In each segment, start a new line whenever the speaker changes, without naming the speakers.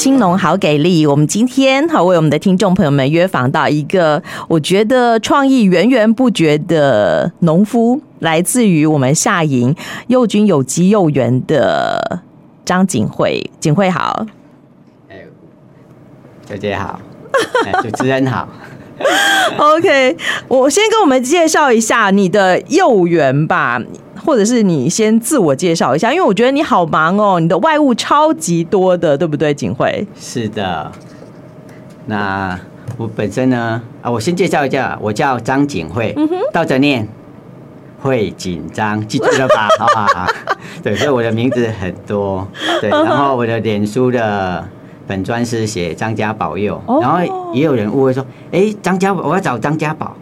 青农好给力！我们今天好为我们的听众朋友们约访到一个我觉得创意源源不绝的农夫，来自于我们下营幼军有机幼园的张景惠。景惠好，
哎，小姐好，哎主持人好。
OK，我先跟我们介绍一下你的幼园吧，或者是你先自我介绍一下，因为我觉得你好忙哦，你的外务超级多的，对不对，景惠？
是的，那我本身呢，啊，我先介绍一下，我叫张景惠，
嗯
倒着念，会紧张，记住了 吧？啊，对，所以我的名字很多，对，
嗯
然后我的脸书的。本专是写张家保佑，
哦
然后也有人误会说，哎、张家，我要找张家宝，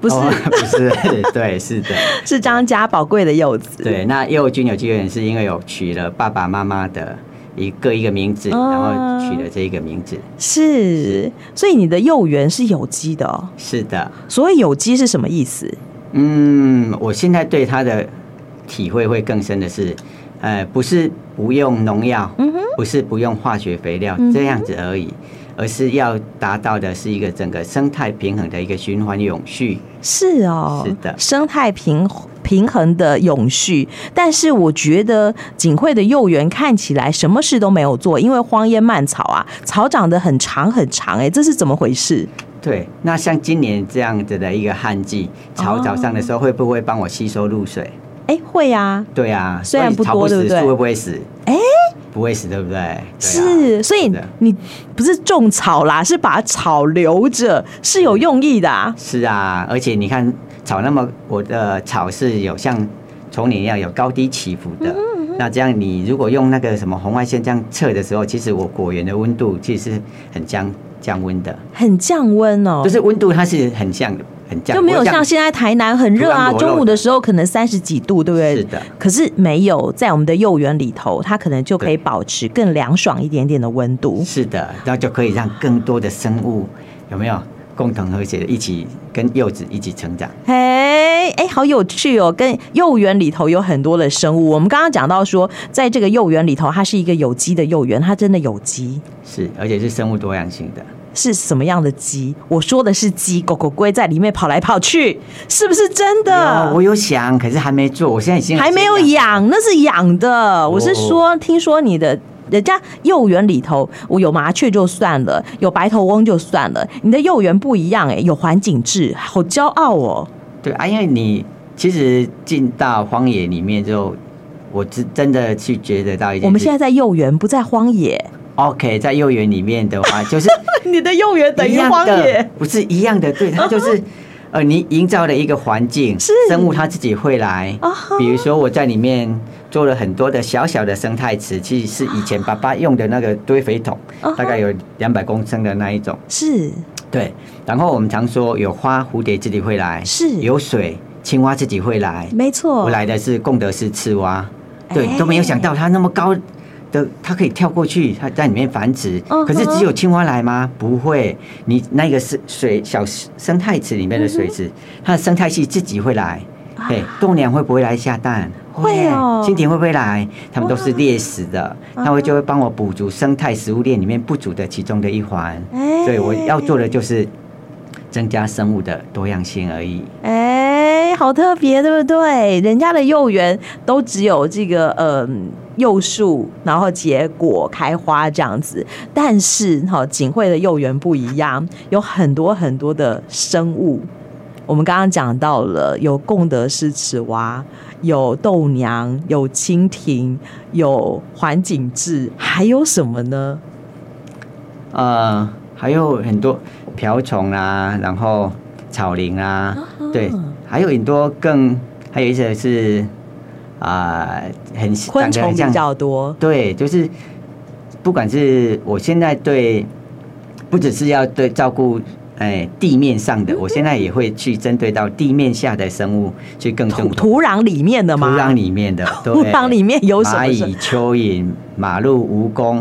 不是，
哦不是，对，是的，
是张家宝贵的柚子。
对，那幼军有机园是因为有取了爸爸妈妈的一个一个名字，然后取了这一个名字。
是，所以你的幼园是有机的哦。
是的，
所谓有机是什么意思？
嗯，我现在对它的体会会更深的是，呃，不是不用农药，不是不用化学肥料这样子而已，而是要达到的是一个整个生态平衡的一个循环永续。
是哦，
是的
生态平平衡的永续。但是我觉得景惠的幼园看起来什么事都没有做，因为荒烟蔓草啊，草长得很长很长、哎，这是怎么回事？
对，那像今年这样子的一个旱季，潮
哦
早上的时候会不会帮我吸收露水？
哎、会啊，
对啊，
虽然
所以
不
草
多
死
对不对
树会不会死？
哎
不会死，对不对？对啊
是，所以
的
你不是种草啦，是把草留着，是有用意的啊。
是啊，而且你看草那么，我的呃草是有像丛林一样有高低起伏
嗯
的。那这样你如果用那个什么红外线这样测的时候，其实我果园的温度其实是很降降温的，
很降温哦，
就是温度它是很降的，很降，
就没有
不会
像现在台南很热啊，
突然裸露
中午的时候可能三十几度，对不对？
是的。
可是没有在我们的幼园里头，它可能就可以
对
保持更凉爽一点点的温度。
是的，那就可以让更多的生物有没有共同和谐的一起跟柚子一起成长。
哎哎，好有趣哦！跟幼园里头有很多的生物。我们刚刚讲到说，在这个幼园里头，它是一个有机的幼园，它真的有机。
是，而且是生物多样性的。
是什么样的鸡？我说的是鸡，狗狗龟在里面跑来跑去，是不是真的？
有我有想，可是还没做，我现在已经
还没有
养。
养，那是养的。我是说，听说你的人家幼园里头，我有麻雀就算了，有白头翁就算了，你的幼园不一样哎、有环境质，好骄傲哦。
对啊，因为你其实进到荒野里面之后，我真真的去觉得到一件事，
我们现在在幼园，不在荒野。
OK 在幼儿园里面的话，就是
你的幼园等
一
于
样
荒
的
野，，
不是一样的，对，它就是。呃，你营造了一个环境，
是
生物它自己会来
啊哈。
比如说我在里面做了很多的小小的生态池，其实是以前爸爸用的那个堆肥桶
啊哈，
大概有两百公升的那一种。
是
对，然后我们常说有花蝴蝶自己会来，
是
有水青蛙自己会来，
没错。
我来的是贡德斯赤蛙，对
哎，
都没有想到它那么高的，它可以跳过去，它在里面繁殖。
嗯哼
可是只有青蛙来吗？不会，你那个是水小生态池里面的水
嗯
池，它的生态系自己会来。对，栋梁会不会来下蛋？
啊会哦
蜻蜓会不会来？它们都是猎食的，
嗯
它会就会帮我补足生态食物链里面不足的其中的一环。
哎
所以我要做的就是增加生物的多样性而已。
哎，好特别，对不对？人家的幼园都只有这个呃幼树，然后结果开花这样子，但是哈，景惠的幼园不一样，有很多很多的生物。我们刚刚讲到了，有贡德氏齿蛙，有豆娘，有蜻蜓，有环景雉，还有什么呢？
呃，还有很多瓢虫啊，然后草林啊，对，还有很多更，还有一些是啊、很
昆虫比
长得很像
较多，
对，就是不管是我现在对，不只是要对照顾。哎，地面上
嗯
的，我现在也会去针对到地面下的生物，去更
土
重
土壤里面的
土
吗？
壤里 面的，对
啊土壤里面有什么
蚂
生
蚁、蚯蚓、马路、蜈蚣，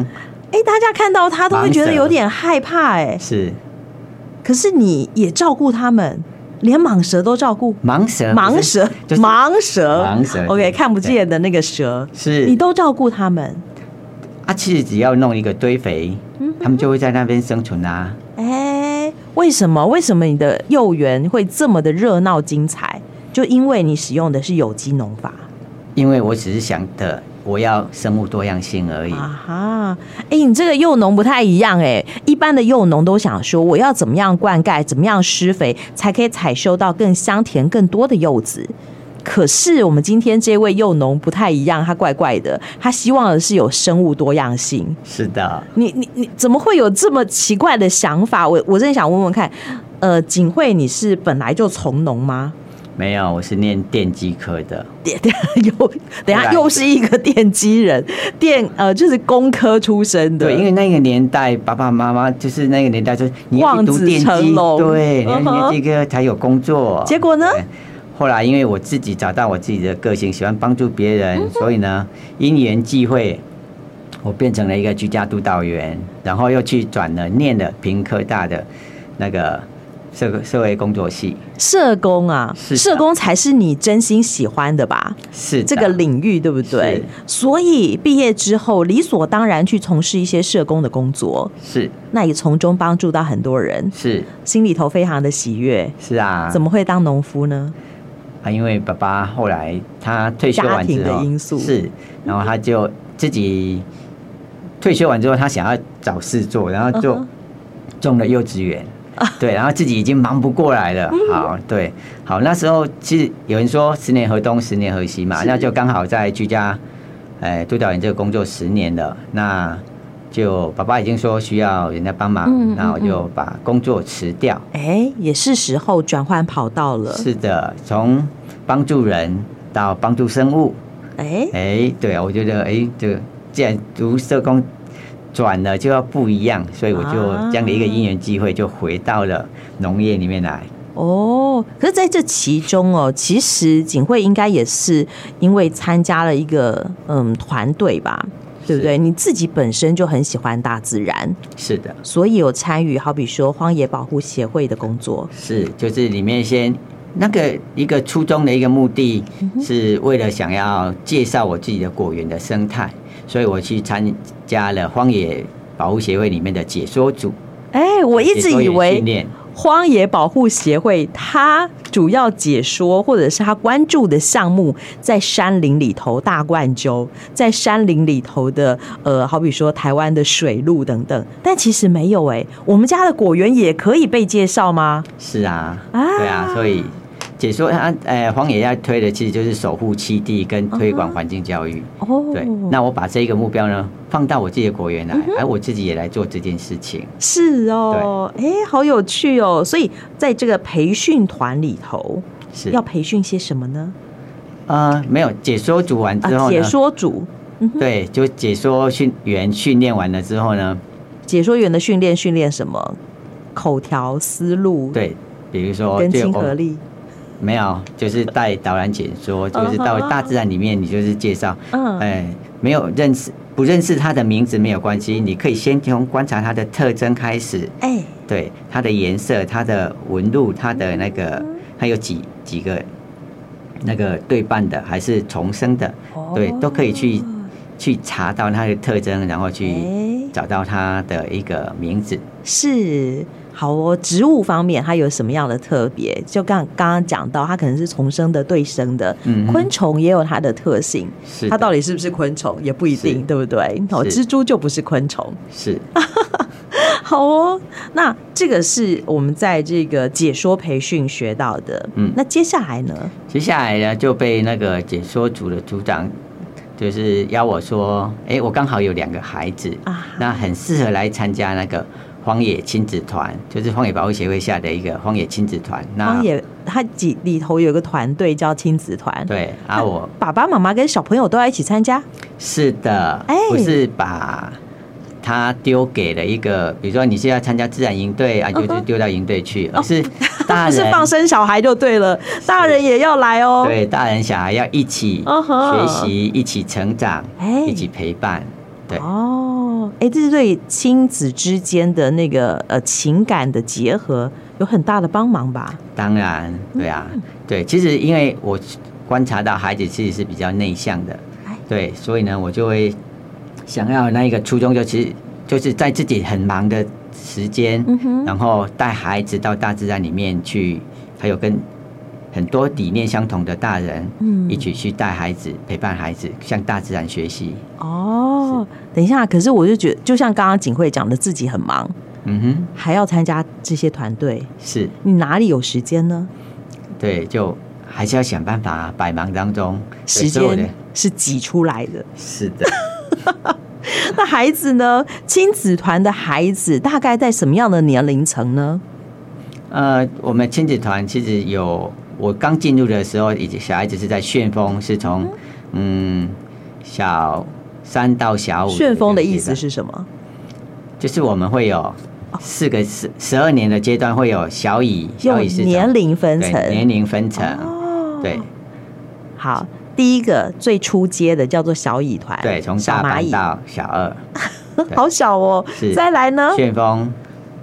哎，大家看到它都会觉得有点害怕哎、
是
可是你也照顾它们，连蟒蛇都照顾，
盲蛇，
盲蛇，
呃就是
盲蛇，
盲蛇
OK，
对
看不见的那个蛇，
是
你都照顾它们，
啊，其实只要弄一个堆肥，
嗯
他们就会在那边生存啦、啊。
哎，为什么？为什么你的幼园会这么的热闹精彩？就因为你使用的是有机农法
因为我只是想的，我要生物多样性而已。
啊哈！哎，你这个幼农不太一样哎、一般的幼农都想说，我要怎么样灌溉，怎么样施肥，才可以采收到更香甜、更多的柚子。可是我们今天这位幼农不太一样，他怪怪的，他希望的是有生物多样性。
是的，
你你你怎么会有这么奇怪的想法？我我真想问问看，呃，景惠你是本来就从农吗？
没有，我是念电机科的，
电又等一
不
下
然
又是一个电机人，电呃就是工科出身的，
对，因为那个年代，爸爸妈妈就是那个年代，就是你要去
望
读
子
电
成
机，
龙
对，你要
嗯哼
念这个才有工作。
结果呢
对？后来因为我自己找到我自己的个性，喜欢帮助别
嗯
人，所以呢，因缘际会，我变成了一个居家督导员，然后又去转了念了平科大的那个社会社会工作系，
社工啊，
是的
社工才是你真心喜欢的吧？
是的
这个领域对不对
是？
所以毕业之后，理所当然去从事一些社工的工作，
是
那也从中帮助到很多人，
是
心里头非常的喜悦。
是啊，
怎么会当农夫呢？
啊，因为爸爸后来他退休
家
完
庭
之
的
后，
因素
是，然后他就自己退休完之后，他想要找事做，然后
嗯
就
哼
种了幼稚 园。对，然后自己已经忙不过来
嗯
了。好，对，好，那时候其实有人说十年河东，十年河西嘛，
是
那就刚好在居家，哎，督导员这个工作十年了，那就爸爸已经说需要人家帮
嗯嗯
忙，那我就把工作辞掉。
哎，也是时候转换跑道了。
是的，从帮助人到帮助生物，
哎，
哎，对啊，我觉得哎，这个既然读社工转了，就要不一样，所以我就
啊
这样的一个因缘机会，就回到了农业里面来。
哦，可是在这其中哦，其实景惠应该也是因为参加了一个嗯团队吧，对不对？你自己本身就很喜欢大自然，
是的，
所以有参与好比说荒野保护协会的工作。
是就是里面先那个一个初衷的一个目的，
嗯
是为了想要介绍我自己的果园的生态，所以我去参加了荒野保护协会里面的解说组。
哎，我一直
解说
以
员训
为
练
荒野保护协会它主要解说或者是它关注的项目在山林里头大灌鸠，在山林里头的呃，好比说台湾的水路等等，但其实没有哎、我们家的果园也可以被介绍吗？
是啊，
啊
对啊，所以解说啊，呃，荒野要推的其实就是守护栖地跟推广环境教育。
哦，嗯
对，那我把这个目标呢放到我自己的果园来，而、我自己也来做这件事情。
是哦，哎，好有趣哦。所以在这个培训团里头，
是
要培训些什么呢？
呃，没有解说组完之
啊，
后呢，
解说组。嗯哼，
对，就解说训员训练完了之后呢，
解说员的训练训练什么？口条、思路，，
对，哦比如说
跟
就
亲
我
和力。
没有，就是带导览解说，就是到大自然里面，你就是介绍，
嗯
哎，没有认识不认识他的名字没有关系，你可以先从观察他的特征开始，
哎，
对，它的颜色、它的纹路、它的那个，
嗯
它有几几个那个对半的还是重生的，
哦
对，都可以去去查到它的特征，然后去
哎，
找到它的一个名字。
是好哦。植物方面它有什么样的特别？就刚刚刚讲到，它可能是重生的、对生的，
嗯哼
昆虫也有它的特性。
是的
它到底是不是昆虫也不一定，
是
对不对？哦，
是
蜘蛛就不是昆虫。
是
好哦，那这个是我们在这个解说培训学到的。
嗯
那接下来呢？
接下来呢就被那个解说组的组长。就是邀我说，哎、我刚好有两个孩子，
啊
那很适合来参加那个荒野亲子团，就是荒野保护协会下的一个荒野亲子团。那
荒野它几里头有个团队叫亲子团，
对啊，我
爸爸妈妈跟小朋友都要一起参加。
是的，
哎
不是把它丢给了一个，比如说你是要参加自然营队啊，就
嗯
就
哼
丢到营队去，而是大
不是
人
放生小孩就对了，大人也要来哦。
对大人小孩要一起
嗯哼
学习，一起成长
哎，
一起陪伴，对，
哦，哎，这是对亲子之间的那个呃情感的结合有很大的帮忙吧？
当然，对啊，
嗯
对，其实因为我观察到孩子其实是比较内向的
哎，
对，所以呢，我就会想要那一个初衷，就其实就是在自己很忙的时间，
嗯哼
然后带孩子到大自然里面去，还有跟很多理念相同的大人，
嗯
一起去带孩子，陪伴孩子，向大自然学习。
哦，等一下，可是我就觉得，就像刚刚景慧讲的，自己很忙，
嗯哼，
还要参加这些团队，
是
你哪里有时间呢？
对，就还是要想办法，百忙当中，对
时
所以我的
间是挤出来的。
是的。
那孩子呢？亲子团的孩子大概在什么样的年龄层呢？
呃，我们亲子团其实有，我刚进入的时候，已经小孩子是在旋风，是从嗯小三到小五。
旋风的意思，是什哦么？
就是我们会有四个十十二年的阶段，会有小乙、小
用
乙是从
年龄分
对
层。
年龄分层，
哦
对
好，第一个最初阶的叫做小蚁团，
对，从
哎小
大
蚂
班
蚁，
到小二，对
好小哦。
是
再来呢，
旋风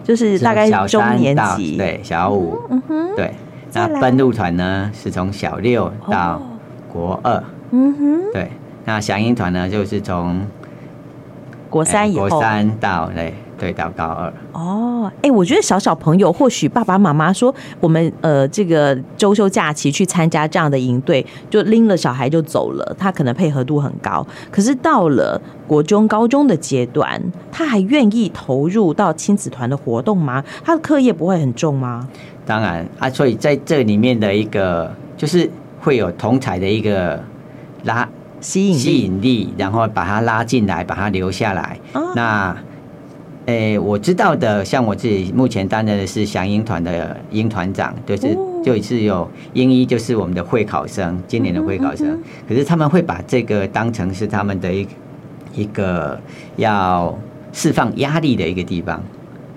就是
是
大概
小
中
三
年
到
级，
对小五，
嗯哼，
对。
再
那
来
奔路团呢，是从小六到
哦
国二，
嗯哼，
对。那响应团呢，就是从
国
哎
三以后，
国三到对对到高二，
哦，哎、我觉得小小朋友，或许爸爸妈妈说，我们呃这个周休假期去参加这样的营队，就拎了小孩就走了，他可能配合度很高。可是到了国中、高中的阶段，他还愿意投入到亲子团的活动吗？他的课业不会很重吗？
当然啊，所以在这里面的一个就是会有同才的一个拉
吸引力
吸引力，然后把他拉进来，把他留下来。
啊
那诶、我知道的，像我自己目前担任的是祥鹰团的鹰团长，就是、
哦
就是有鹰一，就是我们的会考生，今年的会考生。
嗯哼嗯
可是他们会把这个当成是他们的一一个要释放压力的一个地方，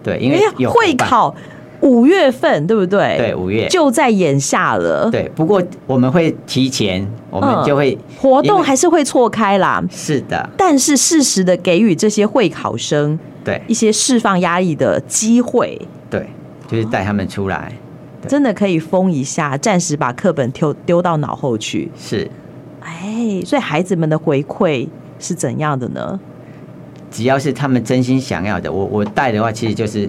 对，因为
哎呀
有
会考五月份，对不对？
对五月
就在眼下了。
对，不过我们会提前，我们
嗯
就会、
活
因
动
为
还是会错开啦，
是的，
但是适时的给予这些会考生
对
一些释放压力的机会，
对，就是带他们出来，对
真的可以疯一下，暂时把课本丢丢到脑后去。
是
哎，所以孩子们的回馈是怎样的呢？
只要是他们真心想要的，我我带的话，其实就是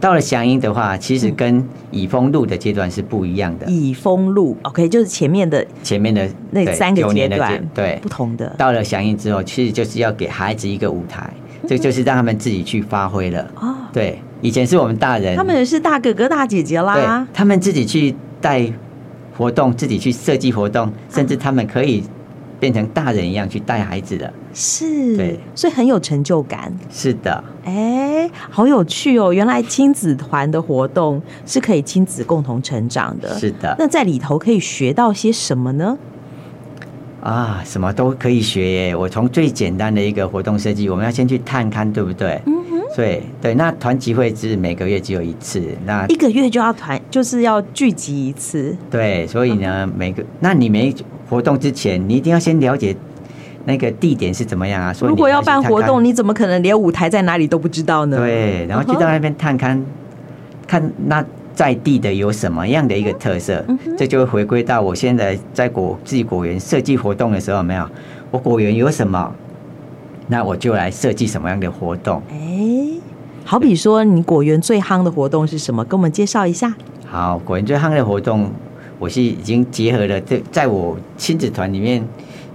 到了祥鹰的话，其实跟以风路的阶段是不一样的，
以风路，OK，就是前面的
前面的
嗯那
对
三个
九
阶
年的
段，
对
不，同的
到了祥鹰之后，其实就是要给孩子一个舞台，
嗯
这就是让他们自己去发挥了。
哦，
对，以前是我们大人，
他们啊是大哥哥大姐姐啦
对，，他们自己去带活动，自己去设计活动，甚
啊
至他们可以变成大人一样去带孩子的。
是
对，
所以很有成就感。
是的，
哎，好有趣哦！原来亲子团的活动是可以亲子共同成长的。
是的
那在里头可以学到些什么呢？
啊，什么都可以学耶。我从最简单的一个活动设计，我们要先去探勘，对不对？
嗯哼，
对对，那团集会是每个月只有一次，那
一个月就要团，就是要聚集一次。
对，所以呢，每个那你每活动之前，你一定要先了解那个地点是怎么样啊。所以
如果
你
要
去
办
探
活
勘
动，你怎么可能连舞台在哪里都不知道呢？，
对，然后去到那边探勘，看那在地的有什么样的一个特色，这就会回归到我现在在果自己果园设计活动的时候，有没有，我果园有什么，那我就来设计什么样的活动。
哎，好比说你果园最夯的活动是什么？跟我们介绍一下。
好，果园最夯的活动，我是已经结合了这在我亲子团里面，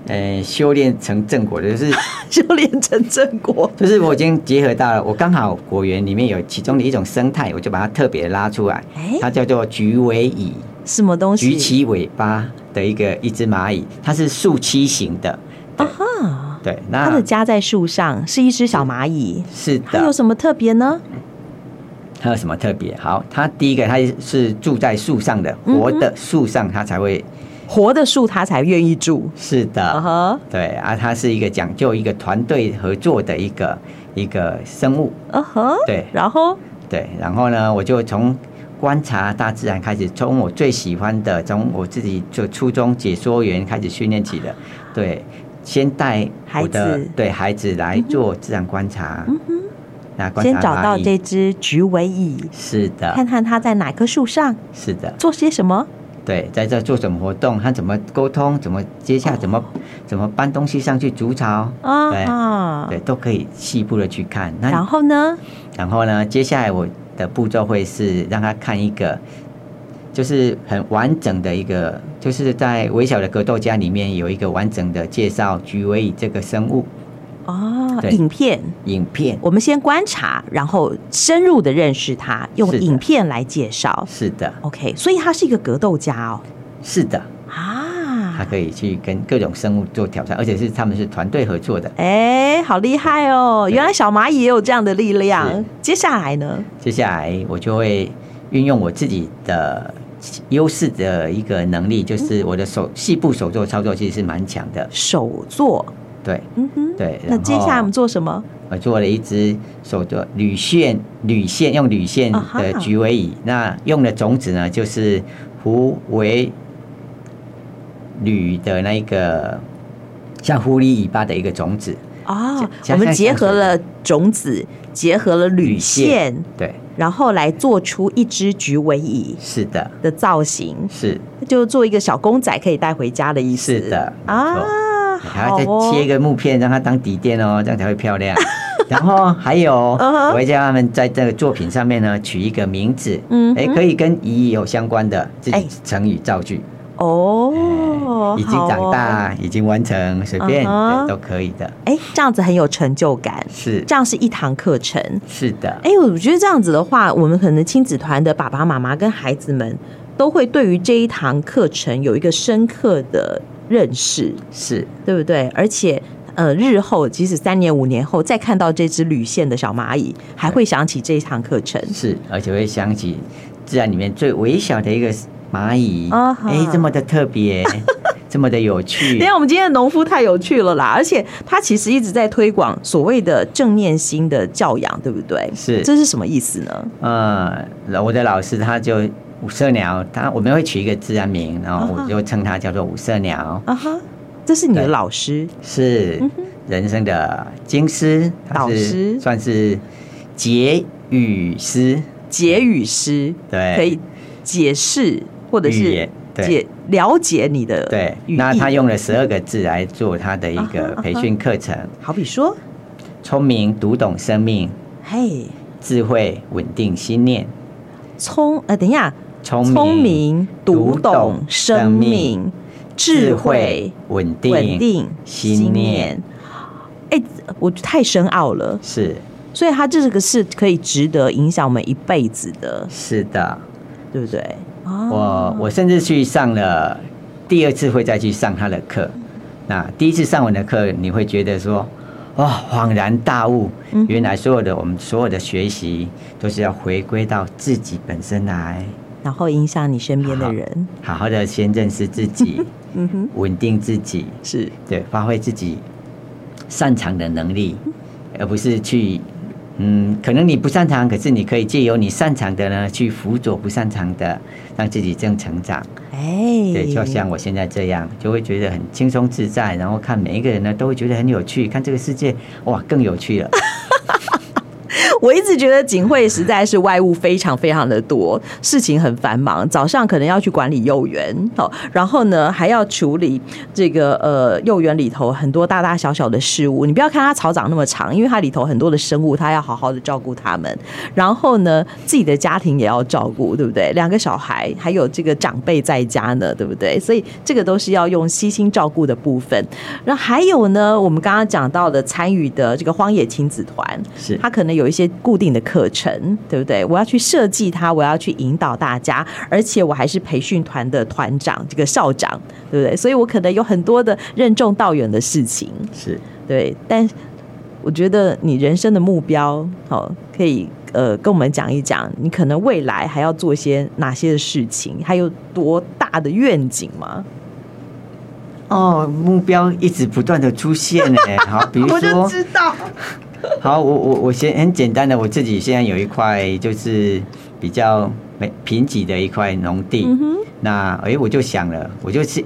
呃，修炼成正果的，就是
修炼成正果，
就是我已经结合到了，我刚好果园里面有其中的一种生态，我就把它特别拉出来
哎，
它叫做菊尾蚁。
什么东西？
举起尾巴的一个一只蚂蚁，它是树栖型的。
啊哈，
对，
它的
那
家在树上，是一只小蚂蚁。
是
它有
的，
什么特别呢？
它有什么特别？好，它第一个它是住在树上的，
嗯哼
活的树上它才会
活的树它才愿意住。
是
啊
的。
哈，
对啊，它是一个讲究一个团队合作的一个一个生物。
啊哈，
对
然后
对，然后呢，我就从观察大自然开始，从我最喜欢的，从我自己就初中解说员开始训练起的。对，先带我
孩
的
子
对孩子来做自然观察，那观察
先找到
蚂蚁啊
这只菊尾蚁，
是
看
的，
看它在哪棵树上
是的，
做些什么。
对，在这做什么活动，他怎么沟通，怎么接
哦
洽，怎么怎么搬东西上去筑巢，对
啊，
对，都可以细部的去看。那
然后呢？
然后呢，接下来我的步骤会是让他看一个，就是很完整的一个，就是在微小的格斗家里面有一个完整的介绍菊苇蚁这个生物
哦，
对
影片，
影片。
我们先观察，然后深入的认识他，用
是的
影片来介绍。
是的，
OK，所以他是一个格斗家哦。
是的，他
啊，
可以去跟各种生物做挑战，而且是他们是团队合作的。
哎，好厉害哦！
对
原来小蚂蚁也有这样的力量
是。
接下来呢？
接下来我就会运用我自己的优势的一个能力，就是我的手细部手做操作其实是蛮强的。
手作，
对，
嗯哼，
对
那
然后
接下来我们做什么？
我做了一只手做铝线，铝线用铝线
啊哈
的菊苇蚁，那用的种子呢就是胡苇铝的那一个像狐狸尾巴的一个种子，
哦，
加
我们
加
结
上
合
水
了种子，结合了铝
铝线
线，
对，
然后来做出一只菊苇蚁
是的，
的造型，
是
就做一个小公仔可以带回家的意思。
是的，没错。
啊，
还
好
要再
哦
切一，个木片，让它当底垫哦，这样才会 漂亮。然后还有，
嗯哼
我会叫他们在这个作品上面呢取一个名字，
嗯
哎，
哼
可以跟姨有相关的自
哎
己成语造句。
哦，
已经长
好哦，
大，已经完成，随便、
嗯哼
对都可以的。
哎，这样子很有成就感，
是
这样是一堂课程。
是的，
哎，我觉得这样子的话，我们可能亲子团的爸爸妈妈跟孩子们都会对于这一堂课程有一个深刻的认识，
是
对不对？而且。呃，日后即使三年五年后再看到这只铝线的小蚂蚁，还会想起这一堂课程。
是，而且会想起自然里面最微小的一个蚂蚁，哎、
啊哈
这么的特 别，这么的有趣
等一。下我们今天的农夫太有趣了啦，而且他其实一直在推广所谓的正念心的教养，对不对？
是
这是什么意思呢？
呃，我的老师他就五色鸟，他我们会取一个自然名，然后
啊哈
我就称它叫做五色鸟，
啊哈，这是你的老师
是
嗯
人生的经师，
导
他是
师
算是结语师，
结语师，
对
可以解释或者
语
是
言对
解了解你的
对，
语义
那他用了十二个字来做他的一
啊哈
个
啊哈
培训课程：
好比说，
聪明、读懂生命、
嘿，
智慧、稳定心念、
聪呃，等一下，
聪明
聪明读
读懂
懂生
生命
命，智慧、
稳定、
稳定
心念。
哎，我太深奥了。
是
所以它这个是可以值得影响我们一辈子的，
是的，
对不对？啊
我我甚至去上了第二次，会再去上他的课。那第一次上完的课，你会觉得说，哦，恍然大悟
嗯，
原来所有的我们所有的学习都是要回归到自己本身来，
然后影响你身边的人，
好好的先认识自己，
嗯哼，
稳定自己，
是
对，发挥自己擅长的能力，而不是去，嗯，可能你不擅长，可是你可以借由你擅长的呢，去辅佐不擅长的，让自己更成长。
哎，
对，就像我现在这样，就会觉得很轻松自在，然后看每一个人呢，都会觉得很有趣，看这个世界，哇，更有 趣了。
我一直觉得景惠实在是外务非常非常的多，事情很繁忙，早上可能要去管理幼园，好，然后呢还要处理这个呃幼园里头很多大大小小的事物。你不要看它草长那么长，因为它里头很多的生物，它要好好的照顾它们。然后呢，自己的家庭也要照顾，对不对？两个小孩，还有这个长辈在家呢，对不对？所以这个都是要用悉心照顾的部分。然后还有呢，我们刚刚讲到的参与的这个荒野亲子团，
是
它可能有一些固定的课程，对不对？我要去设计它，我要去引导大家，而且我还是培训团的团长，这个校长，对不对？所以我可能有很多的任重道远的事情，
是，
对。但我觉得你人生的目标，好、可以呃跟我们讲一讲，你可能未来还要做些哪些的事情，还有多大的愿景吗？
哦，目标一直不断的出现呢。好， 比如说，
道，
好，我我我先很简单的，我自己现在有一块就是比较没贫瘠的一块农地，
嗯哼，
那诶我就想了，我就是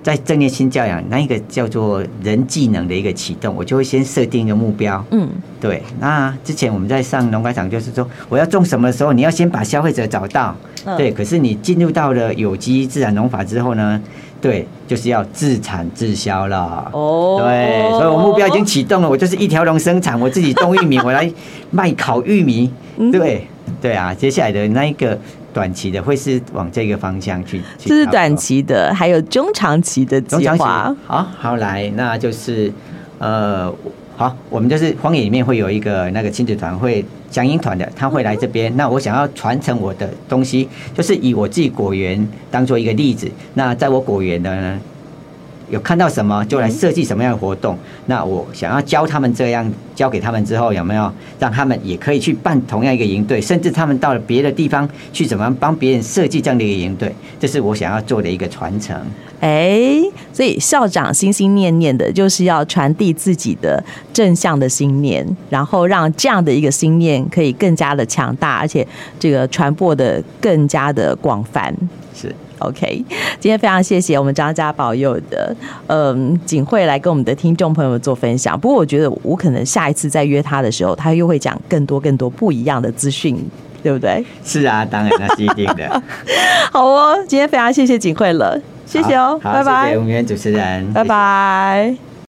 在正念新教养那一个叫做人技能的一个启动，我就会先设定一个目标。
嗯，
对，那之前我们在上农改场，就是说我要种什么的时候，你要先把消费者找到。
嗯
对，可是你进入到了有机自然农法之后呢，对，就是要自产自销了。
哦
对，所以我目标已经启动了，我就是一条龙生产，我自己种玉米，我来卖烤玉米。
嗯
对，对啊，接下来的那一个短期的会是往这个方向去。去
这是
操作
短期的，还有中长期的
中
计
长期
划。
好好来，那就是呃，好，我们就是荒野里面会有一个那个亲子团会讲英团的，他会来这
嗯
边。那我想要传承我的东西，就是以我自己果园当做一个例子。那在我果园的呢，有看到什么就来设计什么样的活动。那我想要教他们这样，教给他们之后，有没有让他们也可以去办同样一个营队，甚至他们到了别的地方去怎么样帮别人设计这样的一个营队，这是我想要做的一个传承。
哎，所以校长心心念念的就是要传递自己的正向的心念，然后让这样的一个心念可以更加的强大，而且这个传播的更加的广泛。
是。
OK，今天非常谢谢我们张家宝佑的，嗯，景惠来跟我们的听众朋友做分享。不过我觉得我可能下一次再约他的时候，他又会讲更多更多不一样的资讯，对不对？
是啊，当然那是一定的。
好 哦，今天非常谢谢景惠了，谢谢哦，
好
拜
好谢
拜
谢，我们主持人，
拜
谢谢
拜。